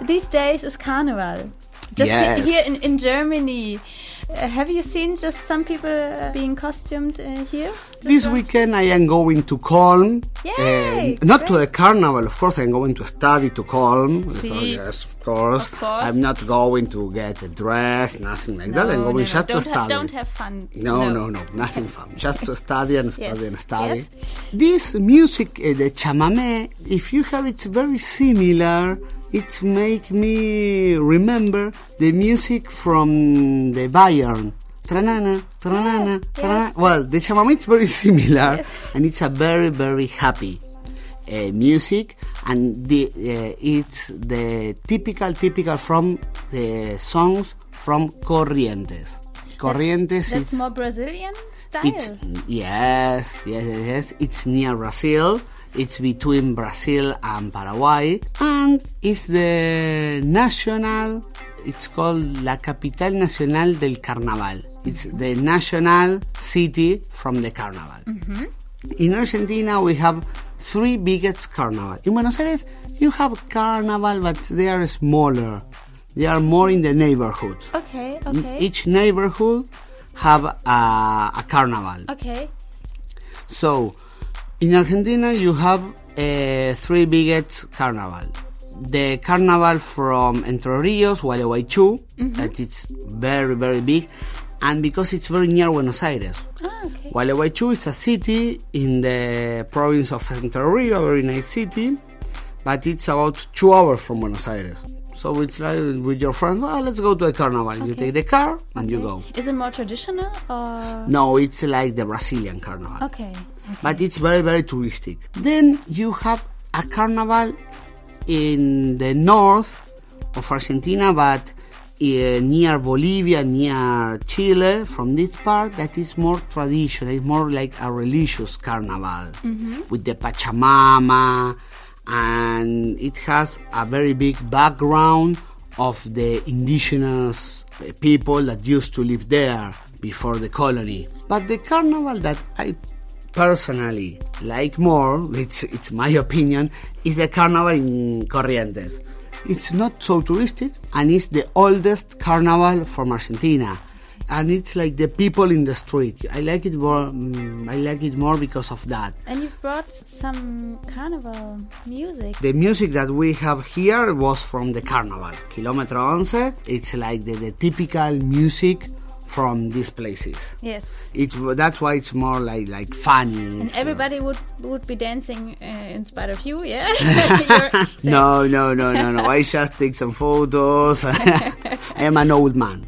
these days is Carnival. Just Yes. he- here in, in Germany. Uh, have you seen just some people uh, being costumed uh, here? This weekend I am going to Colm. Yay, uh, not to great. the carnival, of course. I'm going to study to Colm. See. Oh, yes, of course. Of course. I'm not going to get a dress, nothing like that. I'm going just don't, to ha- study. don't have fun. No, no, no, nothing fun. Just to study and study and study. yes. This music, uh, the chamamé, if you hear it's very similar. It make me remember the music from the Bayern. Tranana, tranana, Ah, tranana. Well, the chamamé is very similar, and it's a very, very happy uh, music, and the uh, it's the typical, typical from the songs from Corrientes. Corrientes. That's it's more Brazilian style. it's yes, yes, yes, yes. It's near Brazil. It's between Brazil and Paraguay, and it's the national. It's called La Capital Nacional del Carnaval. It's the national city from the carnival. In Argentina, we have three biggest carnival. In Buenos Aires, you have carnival, but they are smaller. They are more in the neighborhood. okay, okay, Each neighborhood have a, a carnival. okay. So, in Argentina, you have uh, three biggest carnival. The carnival from Entre Rios, Gualeguaychú, that it's very, very big, and because it's very near Buenos Aires. Ah, okay. Gualeguaychú is a city in the province of Entre Rios, very nice city, but it's about two hours from Buenos Aires. So it's like with your friends, oh, let's go to a carnival. You take the car and you go. Is it more traditional or No, it's like the Brazilian carnival okay? but it's very very touristic. Then you have a carnival in the north of Argentina, but eh, near Bolivia, near Chile, from this part that is more traditional. It's more like a religious carnival with the Pachamama, and it has a very big background of the indigenous eh, people that used to live there before the colony. But the carnival that I personally like more, it's, it's my opinion, is the carnival in Corrientes. It's not so touristic and it's the oldest carnival from Argentina. And it's like the people in the street. I like it more. mm, I like it more because of that. And you've brought some carnival music. The music that we have here was from the carnival. Kilometer 11, it's like the, the typical music from these places. Yes, It's that's why it's more like like funny. and it's, uh, everybody would would be dancing uh, in spite of you. Yeah. You're- No, no, no, no, no. I just take some photos. I am an old man.